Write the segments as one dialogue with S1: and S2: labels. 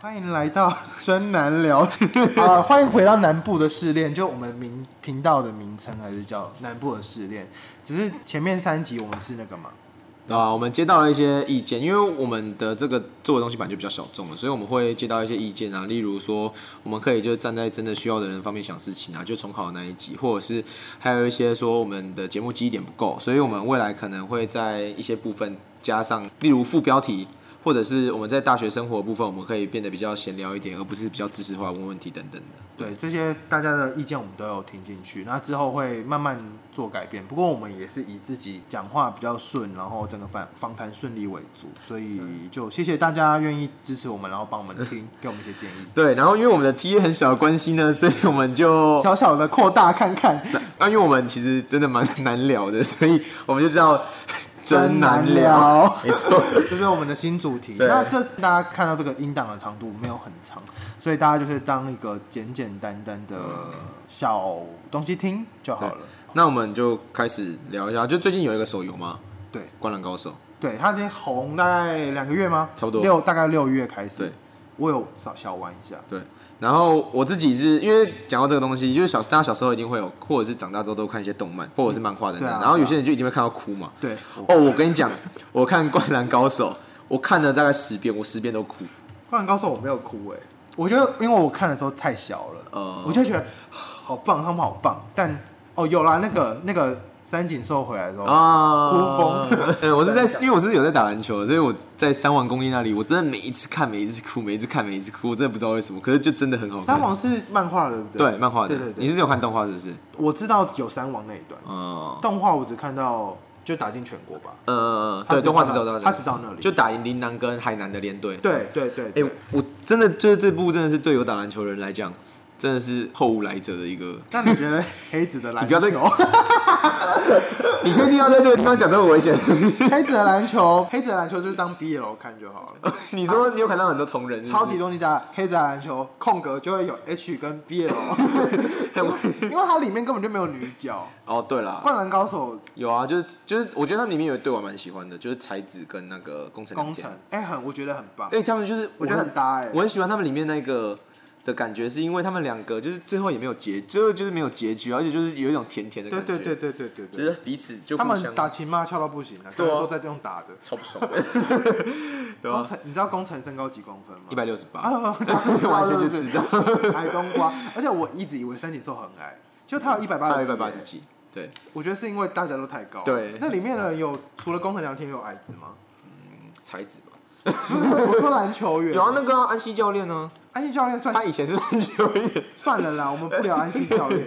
S1: 欢迎来到 真难聊， 啊，欢迎回到南部的试炼，就我们名频道的名称还是叫南部的试炼，只是前面三集我们是那个嘛，
S2: 啊，我们接到了一些意见，因为我们的这个做的东西本来就比较小众了，所以我们会接到一些意见啊，例如说，我们可以就站在真的需要的人方面想事情啊，就重考的那一集，或者是还有一些说我们的节目记忆点不够，所以我们未来可能会在一些部分加上，例如副标题，或者是我们在大学生活的部分，我们可以变得比较闲聊一点，而不是比较知识化问问题等等的。
S1: 对这些大家的意见我们都有听进去，那之后会慢慢做改变。不过我们也是以自己讲话比较顺，然后整个访访谈顺利为主，所以就谢谢大家愿意支持我们，然后帮我们听， 给我们一些建议。
S2: 对，然后因为我们的 T A 很小的关系呢，所以我们就
S1: 小小的扩大看看，
S2: 啊，因为我们其实真的蛮难聊的，所以我们就 知道真难
S1: 真难
S2: 聊
S1: 聊，
S2: 没错。
S1: 这是我们的新主题。
S2: 对
S1: 那这大家看到这个音档的长度没有很长，所以大家就是当一个简简单单的小东西听就好了。
S2: 那我们就开始聊一下，就最近有一个手游嘛，
S1: 对
S2: 《灌篮高手》，
S1: 对，它已经红大概两个月吗？
S2: 差不多
S1: 六大概六月开始。
S2: 对，
S1: 我有小小玩一下。
S2: 对。然后我自己是因为讲到这个东西，就是小大家小时候一定会有，或者是长大之后都看一些动漫或者是漫画等
S1: 对
S2: 等，
S1: 啊
S2: 然后有些人就一定会看到哭嘛。
S1: 对，
S2: 哦，我跟你讲，我看《灌篮高手》，我看了大概十遍，我十遍都哭。
S1: 灌篮高手我没有哭哎、我觉得因为我看的时候太小了，
S2: 欸哦
S1: 我就觉得好棒，他们好棒。但哦，有啦，那个那个三井寿回来的时候，
S2: 啊，
S1: 哭疯
S2: 对 我是在，因为我是有在打篮球，所以我在三王公益那里，我真的每一次看，每一次哭，每一次看，每一次哭，我真的不知道为什么，可是就真的很好看。
S1: 三王是漫画的，不
S2: 对漫画的，
S1: 对对对
S2: 你是有看动画是不是？
S1: 我知道有三王那一段，
S2: 哦，
S1: 动画我只看到就打进全国吧，
S2: 呃，
S1: 他
S2: 对，
S1: 只
S2: 动画知
S1: 看
S2: 道，
S1: 到
S2: 知
S1: 他
S2: 道
S1: 只到那里，
S2: 就打赢林南跟海南的连队。，
S1: 对对对，
S2: 哎、
S1: 对
S2: 我真的就是这部真的是对有打篮球的人来讲，真的是后无来者的一个。
S1: 那你觉得黑子的篮
S2: 你不要
S1: 球
S2: 再？ 你确定要在这个地方讲这么危险？
S1: 黑子的篮球，黑子的篮球就是当 BL 看就好 了，
S2: 你说你有看到很多同人是不是
S1: 超级多你打黑子的篮球空格就会有 H 跟 BL，因为它里面根本就没有女角。
S2: 哦，对啦，
S1: 灌篮高手
S2: 有啊，就是就是，我觉得他们里面有一对我蛮喜欢的，就是才子跟那个工程
S1: 工
S2: 两家
S1: 程，，哎、很我觉得很棒
S2: 哎、。他们就是
S1: 我觉得很搭哎
S2: 我很喜欢他们里面那个的感觉，是因为他们两个就是最后也没有结，最后就是没有结局，啊而且就是有一种甜甜的
S1: 对
S2: 感觉，
S1: 对对对对对
S2: 就
S1: 对，
S2: 是彼此就
S1: 他
S2: 互
S1: 们
S2: 相
S1: 打情骂俏到不行了，
S2: 对啊
S1: 都在用打的。
S2: 超不爽的， 对啊
S1: 工
S2: 吧？
S1: 程，你知道工程身高几公分吗？
S2: 一百六十八，
S1: 啊，
S2: 完全就知道，
S1: 矮冬瓜。而且我一直以为三井寿很矮，就他有一百八，
S2: 到一百八十。几，对，
S1: 我觉得是因为大家都太高。
S2: 对
S1: 那里面的人有除了工藤良田有矮子吗？
S2: 才子吧。
S1: 不是，我说篮球员。
S2: 有啊，那个啊安西教练呢、
S1: 安西教练
S2: 啊，
S1: 算
S2: 他以前是篮球员，
S1: 算了啦，我们不聊安西教练。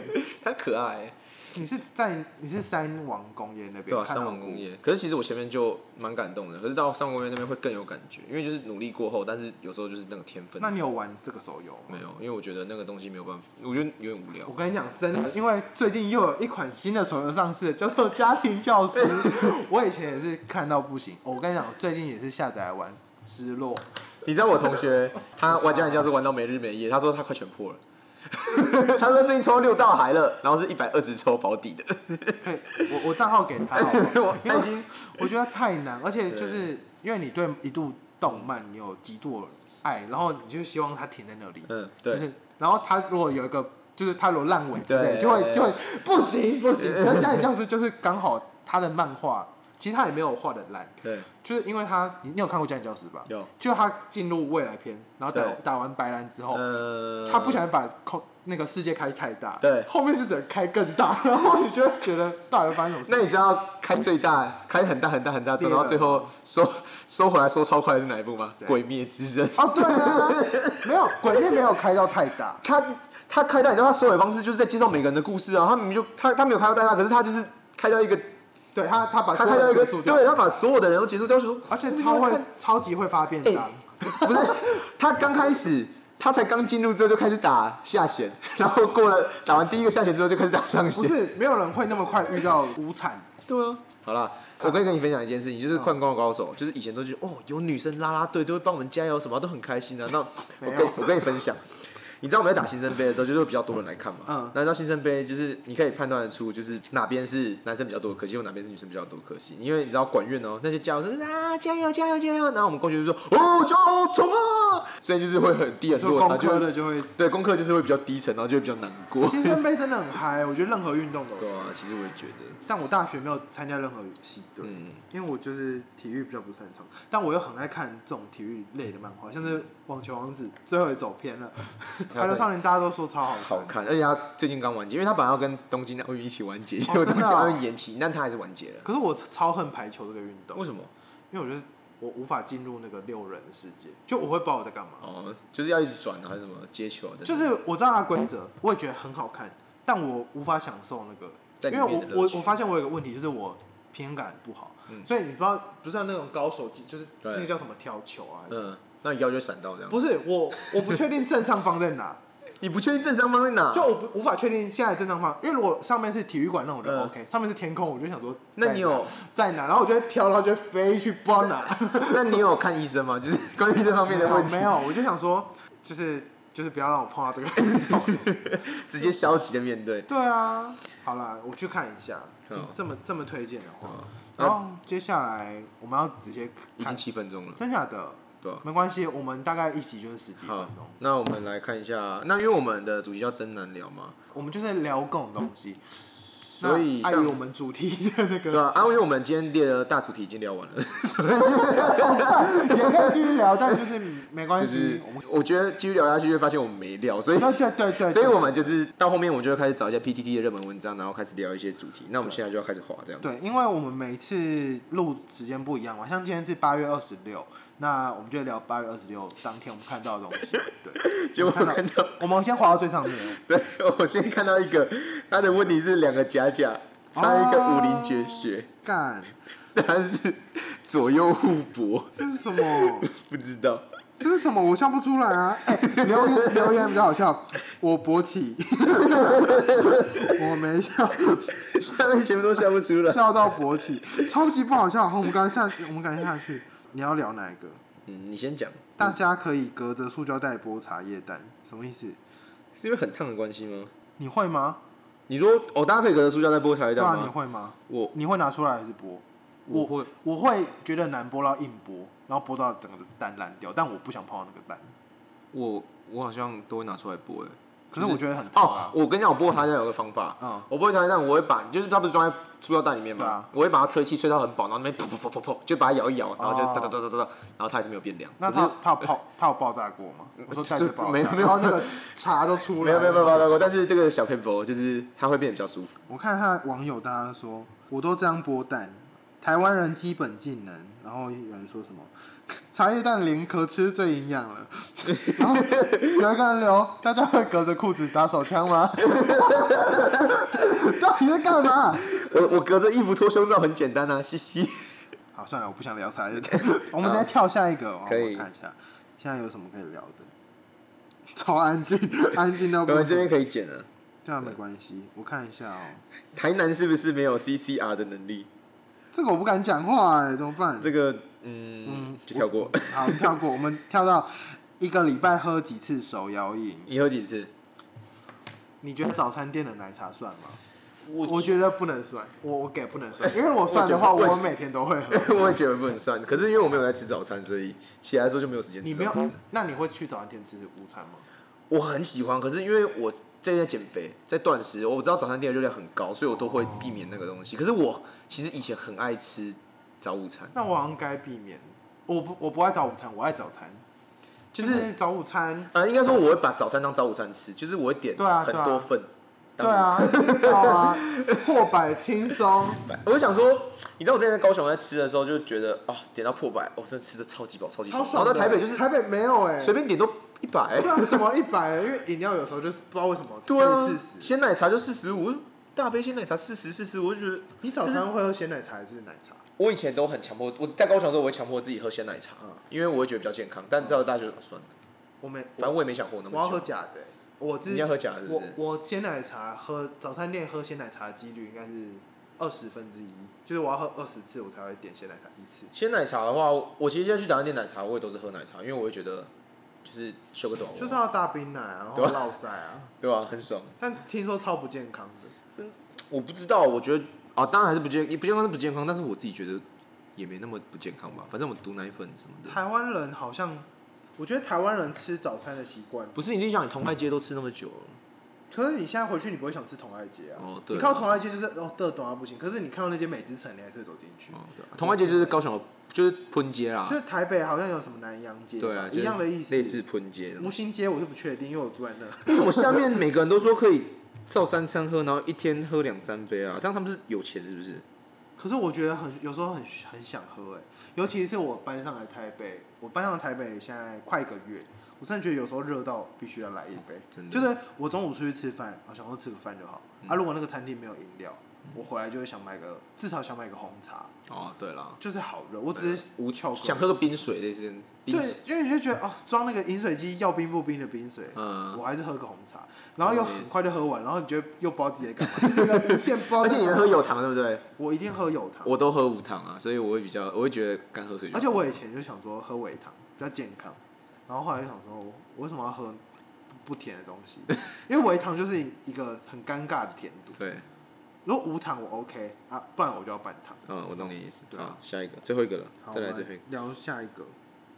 S2: 他可爱欸、
S1: 你是在你是三王工业那边
S2: 对啊，
S1: 看
S2: 三
S1: 到
S2: 王
S1: 过
S2: 工业。可是其实我前面就蛮感动的，可是到三王工业那边会更有感觉，因为就是努力过后，但是有时候就是那个天分。
S1: 那你有玩这个手游吗？
S2: 没有，因为我觉得那个东西没有办法，我觉得有点无聊
S1: 我。跟你讲，真的，因为最近又有一款新的手游上市，叫做《家庭教师》。我以前也是看到不行，我跟你讲，最近也是下载来玩《失落》。
S2: 你知道我同 学他玩家人家是玩到没日没夜，他说他快全破了。 他说最近抽到六道牌了，然后是一百二十抽保底的。
S1: 可以，我我账号给他好不好，
S2: 我
S1: 因为
S2: 他已经
S1: 我觉得太难，而且就是因为你对一部动漫你有极度的爱，然后你就希望它停在那里，
S2: 嗯
S1: 就
S2: 对
S1: 是然后它如果有一个就是它如果烂尾之类，
S2: 对
S1: 就会就会不行不行。可是家里教师就是刚好他的漫画，其实他也没有画的烂，
S2: 对，
S1: 就是因为他你你有看过家里教师吧？
S2: 有，
S1: 就他进入未来篇，然后打
S2: 对
S1: 打完白兰之后，
S2: 呃
S1: 他不想把空那个世界开太大，
S2: 对
S1: 后面是只能开更大，然后你就会觉得到底发 生什么
S2: 那
S1: 事？
S2: 你知道开最大、开很大、很大、很大之后，
S1: 第二
S2: 然后最后收收回来收超快的是哪一部吗？
S1: 谁
S2: 鬼灭之刃。
S1: 哦，对啊，没有鬼灭没有开到太大，
S2: 他他开大，你知道他收尾方式就是在介绍每个人的故事啊。他明明就他他没有开到大大，可是他就是开到一个，
S1: 对他他把
S2: 他开到
S1: 所
S2: 一
S1: 有
S2: 个，
S1: 人结束掉，
S2: 对他把所有的人都结束掉，说哦
S1: 而且超会
S2: 看
S1: 超级会发便当
S2: 哎，不是，他刚开始，他才刚进入之后就开始打下弦，然后过了打完第一个下弦之后就开始打上
S1: 不
S2: 弦。
S1: 是没有人会那么快遇到无产，
S2: 对啊，好啦。我可以跟你分享一件事情，就是《灌光高手》，就是以前都觉得哦，有女生啦啦队都会帮我们加油，什么都很开心啊。那
S1: 没
S2: 我
S1: 有
S2: 跟我跟你分享，你知道我们在打新生杯的时候，就是会比较多人来看嘛。
S1: 嗯
S2: 那到新生杯，就是你可以判断得出，就是哪边是男生比较多的可惜，或哪边是女生比较多的可惜。因为你知道管乐哦，那些加油声是啊，加油加油加油，然后我们过去就说哦，加油冲啊，所以就是会很低很
S1: 做
S2: 落
S1: 工
S2: 差，
S1: 科
S2: 就
S1: 的
S2: 会
S1: 就会，
S2: 对功课就是会比较低沉，然后就会比较难过。
S1: 新生杯真的很嗨，我觉得任何运动都
S2: 对
S1: 是。
S2: 啊，其实我也觉得，
S1: 但我大学没有参加任何系队，
S2: 嗯，
S1: 因为我就是体育比较不擅长，但我又很爱看这种体育类的漫画，像是《网球王子》，最后也走偏 了，《排球少年》大家都说超好看，
S2: 好看，而且他最近刚完结，因为他本来要跟东京奥运一起完结，结果
S1: 哦真
S2: 东
S1: 的
S2: 京
S1: 哦
S2: 奥运延期，但他还是完结了。
S1: 可是我超恨排球这个运动
S2: 为，什么？
S1: 因为我觉得我无法进入那个六人的世界，就我会不知道我在干嘛。
S2: 哦，就是要一直转啊，还是什么接球的？
S1: 就是我知道它的规则，我也觉得很好看，但我无法享受那
S2: 在
S1: 个，
S2: 里
S1: 因为
S2: 面
S1: 我
S2: 的乐
S1: 我
S2: 趣
S1: 我发现我有个问题，就是我平衡感不好，
S2: 嗯
S1: 所以你不知道不是那种高手技，就是
S2: 对
S1: 那个叫什么挑球啊，
S2: 嗯，那你腰就闪到这样。
S1: 不是我我不确定正上方在哪，
S2: 你不确定正上方在哪？
S1: 就我不无法确定现在的正上方，因为如果上面是体育馆那种，我就
S2: 嗯
S1: OK；、上面是天空，我就想说，
S2: 那你有
S1: 在哪在哪？然后我就会飘，然后就会飞去不知 道哪。
S2: 那你有看医生吗？就是关于这方面的问题，
S1: 没有，我就想说，就是就是不要让我碰到这个。
S2: 直接消极的面对。
S1: 对啊，好啦，我去看一下。
S2: 好
S1: 这么这么推荐的话，
S2: 啊，
S1: 然后接下来我们要直接
S2: 已
S1: 看
S2: 经，七分钟了，
S1: 真假的
S2: 对吧？
S1: 没关系，我们大概一集就是十几分
S2: 好
S1: 钟，，
S2: 那我们来看一下，那因为我们的主题叫真难聊嘛，
S1: 我们就是聊各种东西。
S2: 所以
S1: 那碍
S2: 像
S1: 于我们主题的那
S2: 对
S1: 个，
S2: 啊，啊，因为我们今天列的大主题已经聊完了，
S1: 也可以继续聊，但就是没关
S2: 就
S1: 系
S2: 是，
S1: 我们
S2: 我觉得继续聊下去会发现我们没聊，所以
S1: 对啊对对对，
S2: 所以我们就是到后面我们就会开始找一些 PTT 的热门文章，然后开始聊一些主题。那我们现在就要开始划这样子。
S1: 对，因为我们每次录时间不一样嘛，像今天是八月二十六，那我们就聊八月二十六当天我们看到的东西。对，
S2: 结果我看到，
S1: 我们先滑到最上面，
S2: 对我先看到一个，他的问题是两个假假差一个
S1: 哦
S2: 武林绝学，
S1: 干，
S2: 但是左右互搏，
S1: 这是什么？
S2: 不知道。
S1: 这是什么？我笑不出来啊！哎、留言留言比较好笑，我勃起， 我没笑，
S2: 下面全部都笑不出来。
S1: 笑到勃起，超级不好笑。好，我们赶快下去，我们赶快下去。你要聊哪一个？
S2: 嗯，你先讲，
S1: 大家可以隔着塑胶袋剥茶叶蛋，什么意思？
S2: 是因为很烫的关系吗？
S1: 你会吗？
S2: 你说哦，大家可以隔着塑胶袋剥茶叶
S1: 对
S2: 蛋
S1: 啊，你
S2: 吗？
S1: 会吗？
S2: 我
S1: 你会拿出来还是剥？
S2: 我
S1: 我
S2: 会
S1: 我会觉得难剥到硬剥，然后剥到整个蛋烂掉，但我不想碰到那个蛋。
S2: 我我好像都会拿出来剥哎。
S1: 可是我觉得很痛
S2: 哦
S1: 啊，，
S2: 我跟你讲，我剥茶叶蛋有个方法，
S1: 嗯
S2: 我剥茶叶蛋，我会把，就是它不是装在塑料袋里面嘛，
S1: 对啊
S2: 我会把它吹气吹到很饱，然后那边噗噗噗噗噗，就把它摇一摇，然后就哒哒哒哒哒哒，然后它还是没有变凉。
S1: 那
S2: 可是
S1: 它它有爆它有爆炸过吗？我 说袋
S2: 这
S1: 子爆炸，
S2: 没有没有
S1: 然后那个茶都出来，
S2: 没有没有没有没。有没有，但是这个小偏薄就是它会变得比较舒服。
S1: 我看他网友大家说，我都这样剥蛋，台湾人基本技能。然后有人说什么 茶叶蛋零壳吃最营养了，然后有一个人留，大家会隔着裤子打手枪吗？ 到底在干嘛？
S2: 我我隔着衣服脱胸罩很简单啊，嘻嘻。
S1: 好，算了，我不想聊茶叶 蛋，我们直接跳下一个。哦
S2: 可以
S1: 我看一下，现在有什么可以聊的？超安静， 安静到
S2: 我
S1: 不
S2: 们这边
S1: 行。
S2: 可以剪了。
S1: 对啊，没关系，我看一下哦。
S2: 台南是不是没有 CCR 的能力？
S1: 这个我不敢讲话哎、怎么办？
S2: 这个嗯
S1: 嗯，
S2: 就跳过。
S1: 好，我们跳过，我们跳到一个礼拜喝几次手摇饮？
S2: 你喝几次？
S1: 你觉得早餐店的奶茶算吗？
S2: 我
S1: 我觉得不能算，我我给不能算， 因为我算的话，
S2: 我觉得
S1: 我每天都会喝。
S2: 我也觉得不能算，可是因为我没有在吃早餐，所以起来的时候就没有时间
S1: 你
S2: 吃
S1: 没
S2: 早餐
S1: 有。？那你会去早餐店吃午餐吗？
S2: 我很喜欢，可是因为我最近在减肥，在断食，我知道早餐店的热量很高，所以我都会避免那个东西。可是我其实以前很爱吃早午餐，
S1: 那我好像该避免。我不我不爱早午餐，我爱早餐，
S2: 就
S1: 就是是早午餐。
S2: 呃，应该说我会把早餐当早午餐吃，就是我会点
S1: 对啊
S2: 很
S1: 对啊
S2: 多份当
S1: 对
S2: 午餐。
S1: 啊，好 啊，破百轻松。
S2: 我想说，你知道我之前在高雄在吃的时候，就觉得啊，点到破百，我、哦、真的吃的超级饱，超级
S1: 超
S2: 爽。
S1: 爽
S2: 然后
S1: 的。
S2: 在台北就是
S1: 哦台北没有哎、
S2: 随便点都一百、
S1: 对啊，怎么一百？因为饮料有时候就是不知道为什么
S2: 对啊
S1: 四，十。
S2: 鲜奶茶就四十五，大杯鲜奶茶四十四十，我就觉得
S1: 你早
S2: 就是
S1: 餐会喝鲜奶茶还是奶茶？
S2: 我以前都很强迫，我在高雄的时候，我会强迫自己喝鲜奶茶，
S1: 嗯
S2: 因为我会觉得比较健康。但到了大学算了，
S1: 我没，
S2: 反正我也没想活那
S1: 我要
S2: 么
S1: 喝
S2: 久。
S1: 假的欸、我之
S2: 你要喝假的是不
S1: 我
S2: 是
S1: 我鲜奶茶喝早餐店喝鲜奶茶的几率应该是二十分之一，就是我要喝二十次我才会点鲜奶茶一次。
S2: 鲜奶茶的话，我其实现在去早餐店奶茶，我也都是喝奶茶，因为我会觉得就是修个短
S1: 就
S2: 头
S1: 是
S2: 发，
S1: 要大冰奶啊，然后
S2: 对啊
S1: 落晒啊，
S2: 对吧、很爽。
S1: 但听说超不健康的，
S2: 我不知道，我觉得啊，当然还是不健，不健康是不健康，但是我自己觉得也没那么不健康吧。反正我毒奶粉什么的，
S1: 台湾人好像，我觉得台湾人吃早餐的习惯，
S2: 不是你自己想，你同派街都吃那么久了，
S1: 可是你现在回去你不会想吃同爱街啊，
S2: 哦对
S1: 你看到同爱街就是哦的短到不行，可是你看到那些美之城，你还是会走进去。
S2: 哦，对啊、同派街就是高雄的，就是喷街啦，
S1: 就是台北好像有什么南洋街吧，
S2: 对啊，就是
S1: 一样的意思。
S2: 类似喷街。
S1: 吴兴街我是不确定，因为我住在那。
S2: 为 什么下面每个人都说可以照三餐喝，然后一天喝两三杯啊？这样他们是有钱是不是？
S1: 可是我觉得很有时候很很想喝哎、尤其是我搬上来台北，我搬上台北现在快一个月，我真的觉得有时候热到必须要来一杯。
S2: 真的嗯
S1: 就是我中午出去吃饭，我想说吃个饭就好。啊，如果那个餐厅没有饮料，我回来就会想买个至少想买个红茶，
S2: 哦，对啦，
S1: 就是好热。我只是无求
S2: 想喝个冰水类似冰
S1: 对，因为你就觉得哦，装那个饮水机要冰不冰的冰水，
S2: 嗯
S1: 我还是喝个红茶，然后又
S2: 我也是
S1: 很快就喝完，然后你觉得又不知道自己在干嘛，就是那个线不知道在
S2: 而
S1: 干嘛。
S2: 且你能喝有糖对不对？
S1: 我一定喝有糖，
S2: 我都喝无糖啊，所以我会比较，我会觉得干喝水就好。
S1: 而且我以前就想说喝微糖比较健康，然后后来就想说我我为什么要喝不不甜的东西？ 因为微糖就是一个很尴尬的甜度，
S2: 对，
S1: 如果无糖我 OK 啊，不然我就要半糖。
S2: 嗯，我懂你的意思。
S1: 对
S2: 好，下一个，最后一个了，
S1: 好，
S2: 再来
S1: 我们
S2: 最后一个。
S1: 聊下一个，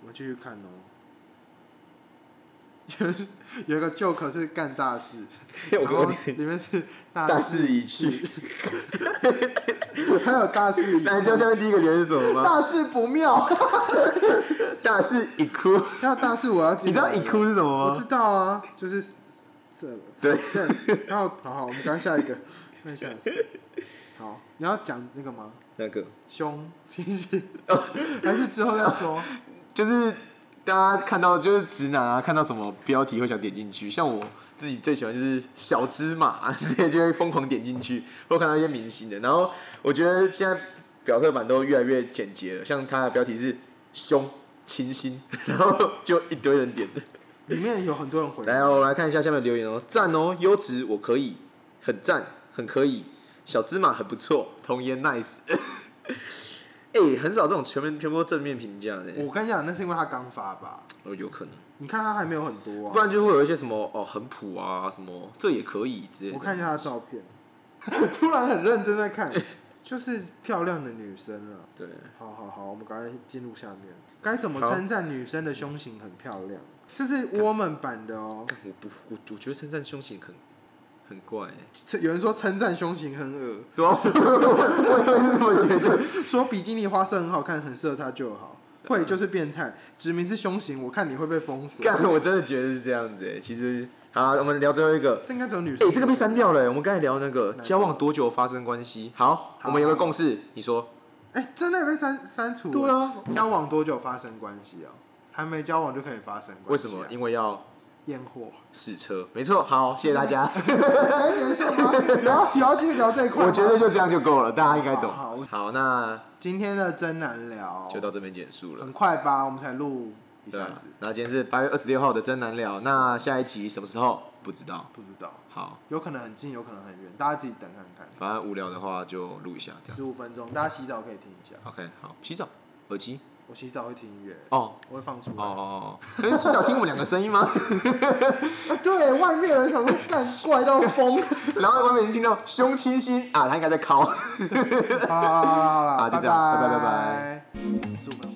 S1: 我们继续看哦。 有一个 joke 是干大事，
S2: 有
S1: 然
S2: 个
S1: 后里面是大
S2: 大
S1: 事，
S2: 势已去，
S1: 还有大事已
S2: 那你知道下面第一个留言是什么吗？
S1: 大事不 妙，
S2: 大势已哭，
S1: 还有大事我要记
S2: 你
S1: 得。
S2: 知道已哭是什么
S1: 我
S2: 吗
S1: 知？道啊，就是这了。
S2: 对
S1: 对，然后好好，我们刚下一个，看下一个。好，你要讲那个吗？
S2: 那个
S1: 凶，其 实还是之后再说。
S2: 就是大家看到就是直男啊，看到什么标题会想点进去，像我自己最喜欢就是小芝麻， 直接就会疯狂点进去，或看到一些明星的。然后我觉得现在表色板都越来越简洁了，像它的标题是凶清新， 然后就一堆人点的。
S1: 里面有很多人回
S2: 来、哦，我们来看一下下面留言哦，赞哦，优质我可以，很赞，很可以，小芝麻很不错，童颜 nice。哎、很少这种全面全部都正面评价的，
S1: 我跟你讲，那是因为他刚发吧？
S2: 哦，有可能，
S1: 你看他还没有很多
S2: 不
S1: 啊。
S2: 然就会有一些什么哦，很普啊，什么这也可以之类的。
S1: 我看一下他的照片， 突然很认真在看，就是漂亮的女生了。
S2: 对，
S1: 好好好，我们赶快进入下面。该怎么
S2: 好
S1: 称赞女生的胸型很漂亮？这是 woman 版的哦。
S2: 但我不，我我觉得称赞胸型很很怪、欸，
S1: 有人说称赞胸型很恶，
S2: 对 啊，我我也是这么觉得。
S1: 说比基尼花色很好看，很适合她就好。会就是变态，指明是胸型，我看你会被封锁。
S2: 干，我真的觉得是这样子、欸。其实，好，我们聊最后一个，
S1: 这应该只有女
S2: 哎、
S1: 生。
S2: 这个被删掉了欸。我们刚才聊那个
S1: 个
S2: 交往多久发生关系？好，我们有个共识，你说。
S1: 哎、真的被删删除。
S2: 对啊，
S1: 交往多久发生关系啊？还没交往就可以发生
S2: 为
S1: 关系、
S2: 什么？
S1: 么？
S2: 因为要
S1: 验货。
S2: 试车。没错，好，谢谢大 家。
S1: 哎，结束吗？然后也要继续聊这一块吗。
S2: 我觉得就这样就够了，大家应该懂。
S1: 好好
S2: 好，那
S1: 今天的真难聊
S2: 就到这边结束了
S1: 很。快吧，我们才录一
S2: 对
S1: 下
S2: 啊
S1: 子，，
S2: 那今天是八月二十六号的真难聊，那下一集什么时候不知道。
S1: 不知道，
S2: 好，
S1: 有可能很近，有可能很远，大家自己等看看。
S2: 反正无聊的话就录一下这样
S1: 十
S2: 子。
S1: 五分钟，大家洗澡可以听一下。
S2: OK，好，洗澡，耳机，
S1: 我洗澡会听音乐，
S2: 哦
S1: 我会放出
S2: 哦
S1: 来。
S2: 哦哦，可是洗澡听我们两个声音吗？
S1: 啊，对外面有人想说干怪到疯
S2: 然后外面已经听到胸清新啊，他应该在敲。
S1: 好好好好好
S2: 好
S1: 啦，
S2: 就这样拜拜拜
S1: 拜，十五分钟。